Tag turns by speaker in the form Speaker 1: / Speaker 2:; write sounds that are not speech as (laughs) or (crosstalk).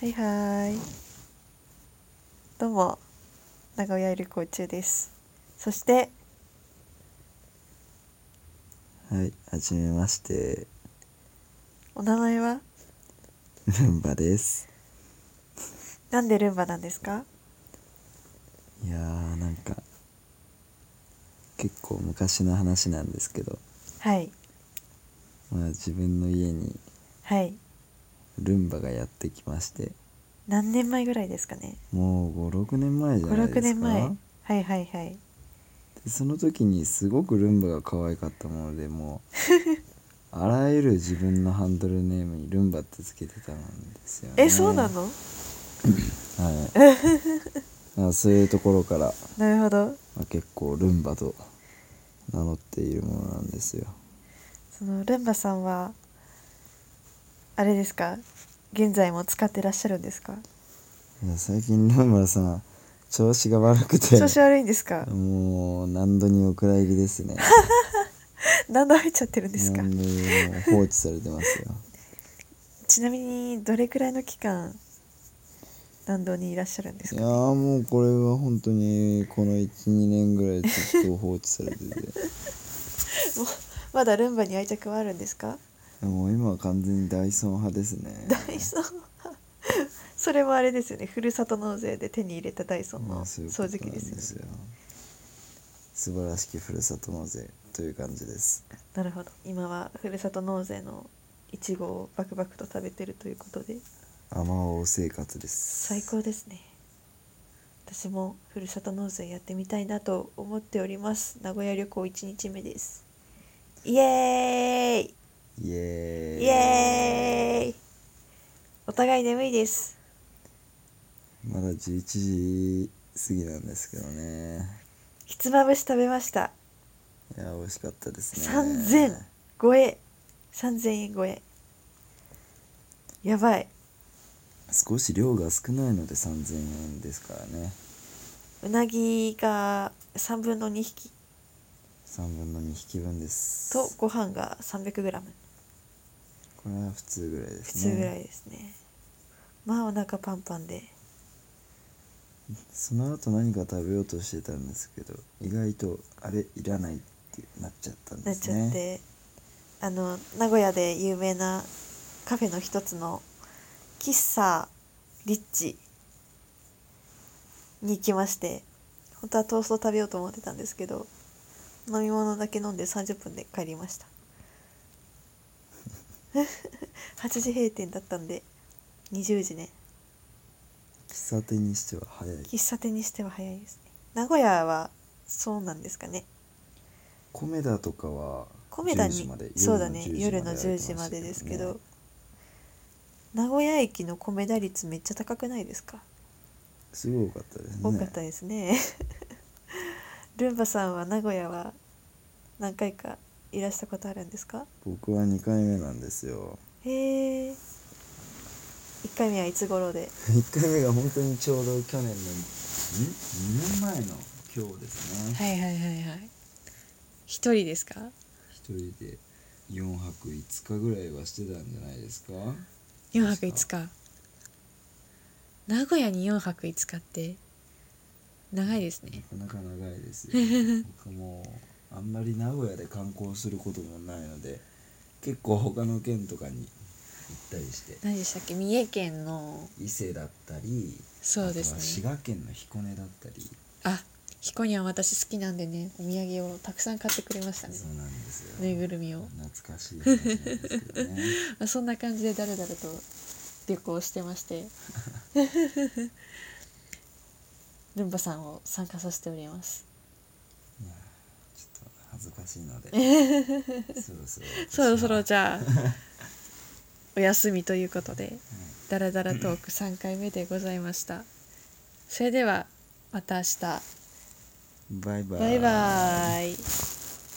Speaker 1: はいはーい。どうも、名古屋旅行中です。そして、
Speaker 2: はい、はじめまして、 (laughs)
Speaker 1: お名前は、
Speaker 2: ルンバです。
Speaker 1: なんでルンバなんですか。
Speaker 2: いやー、なんか、結構昔の話なんですけど、
Speaker 1: はい。
Speaker 2: まあ自分の家に
Speaker 1: はい。
Speaker 2: ルンバがやってきまして、
Speaker 1: 何年前ぐらいですかね。
Speaker 2: もう5、6年前じゃ
Speaker 1: 五
Speaker 2: ないですか。
Speaker 1: 六年前。はいはいはい。
Speaker 2: でその時にすごくルンバが可愛かったもので、も
Speaker 1: (laughs)
Speaker 2: う、あらゆる自分のハンドルネームにルンバってつけてたんですよね。
Speaker 1: え、そうなの。
Speaker 2: はい。まあそういうところから、
Speaker 1: なるほど。
Speaker 2: まあ、結構ルンバと名乗っているものなんですよ。
Speaker 1: そのルンバさんは。あれですか。現在も使ってらっしゃるんですか。
Speaker 2: いや最近ルンバさん調子が悪くて
Speaker 1: 調子悪いんですか。
Speaker 2: もう何度にお蔵入りですね
Speaker 1: 何度入っちゃってるん (laughs) ですか。
Speaker 2: 何度にも放置されてますよ
Speaker 1: ちなみに、どれくらいの期間。何度にいらっしゃるんです
Speaker 2: い
Speaker 1: か
Speaker 2: や。ーもうこれは本当にこの12年ぐらいずっと放置されてて
Speaker 1: (laughs) まだルンバに愛着はあるんですか
Speaker 2: もう今は完全にダイソン派ですね
Speaker 1: ダイソン (laughs) それもあれですよねふるさと納税で手に入れたダイソン
Speaker 2: ま
Speaker 1: の
Speaker 2: あそういうこ
Speaker 1: 掃
Speaker 2: とな
Speaker 1: 除
Speaker 2: ん
Speaker 1: 機
Speaker 2: で
Speaker 1: ですよね
Speaker 2: すよ素晴らしきふるさと納税という感じです
Speaker 1: なるほど今はふるさと納税のいちごをバクバクと食べてるということで
Speaker 2: 甘お生活です
Speaker 1: 最高ですね私もふるさと納税やってみたいなと思っております名古屋旅行1日目ですイエーイ
Speaker 2: イエーイ
Speaker 1: イエーイお互い眠いです
Speaker 2: まだ11時過ぎなんですけどね
Speaker 1: ひつまぶし食べました
Speaker 2: いや美味しかったですね
Speaker 1: 3000超え3000円超えやばい
Speaker 2: 少し量が少ないので3000円ですからね
Speaker 1: うなぎが3分の2匹
Speaker 2: 3分の2匹分です
Speaker 1: とご飯が 300g
Speaker 2: これは普通ぐらいで
Speaker 1: 普
Speaker 2: す
Speaker 1: 通
Speaker 2: ね
Speaker 1: ぐらいですねまあお腹パンパンで
Speaker 2: その後何か食べようとしてたんですけど意外とあれいらないってなっちゃったん
Speaker 1: な
Speaker 2: で
Speaker 1: っ
Speaker 2: す
Speaker 1: ち
Speaker 2: ね
Speaker 1: ゃって、あの名古屋で有名なカフェの一つの喫茶リッチに行きまして本当はトースト食べようと思ってたんですけど飲み物だけ飲んで30分で帰りました (laughs) 8時閉店だったんで20時ね
Speaker 2: 喫茶店にしては早い
Speaker 1: 喫茶店にしては早いですね名古屋はそうなんですかね
Speaker 2: 米田とかは
Speaker 1: 米田
Speaker 2: 10時
Speaker 1: に
Speaker 2: まで
Speaker 1: そうだね夜の
Speaker 2: 10時
Speaker 1: 10時ま
Speaker 2: ま
Speaker 1: で
Speaker 2: で
Speaker 1: で
Speaker 2: ですす
Speaker 1: け
Speaker 2: けどね
Speaker 1: ど名古屋駅の米田率めっちゃ高くないですか
Speaker 2: すごい多かったですね
Speaker 1: 多かったですね (laughs) ルンバさんは名古屋は何回かいらしたことあるんですか
Speaker 2: 僕は2回目なんですよ
Speaker 1: へえ1回目はいつ頃で
Speaker 2: 1回目が本当にちょうど去年のん2年前の今日ですね
Speaker 1: いはいはいはい一人ですか
Speaker 2: 一人で4泊5日ぐらいはしてたんじゃないですか
Speaker 1: 4
Speaker 2: 泊
Speaker 1: 5
Speaker 2: 5
Speaker 1: 日名古屋に4泊5日って長いです
Speaker 2: なかなか長いです
Speaker 1: (laughs)
Speaker 2: よ僕もあんまり名古屋で観光することもないので結構他の県とかに行ったりして
Speaker 1: 何でしたっけ三重県の
Speaker 2: 伊勢だったり
Speaker 1: そうですね
Speaker 2: あとは滋賀県の彦根だったり
Speaker 1: あヒコニャン私好きなんでねお土産をたくさん買ってくれましたね
Speaker 2: そうなんですよ
Speaker 1: ぬいぐるみを、
Speaker 2: 懐かしい話なんですけどね
Speaker 1: まあ、そんな感じでだらだらと旅行してまして (laughs) ルンバさんを参加させております
Speaker 2: いやちょっと恥ずかしいのでそろそろ私
Speaker 1: そ
Speaker 2: は
Speaker 1: ろそろじゃあお休みということでだらだらトーク3回目でございましたそれではまた明日
Speaker 2: バイバイ。
Speaker 1: バイバーイ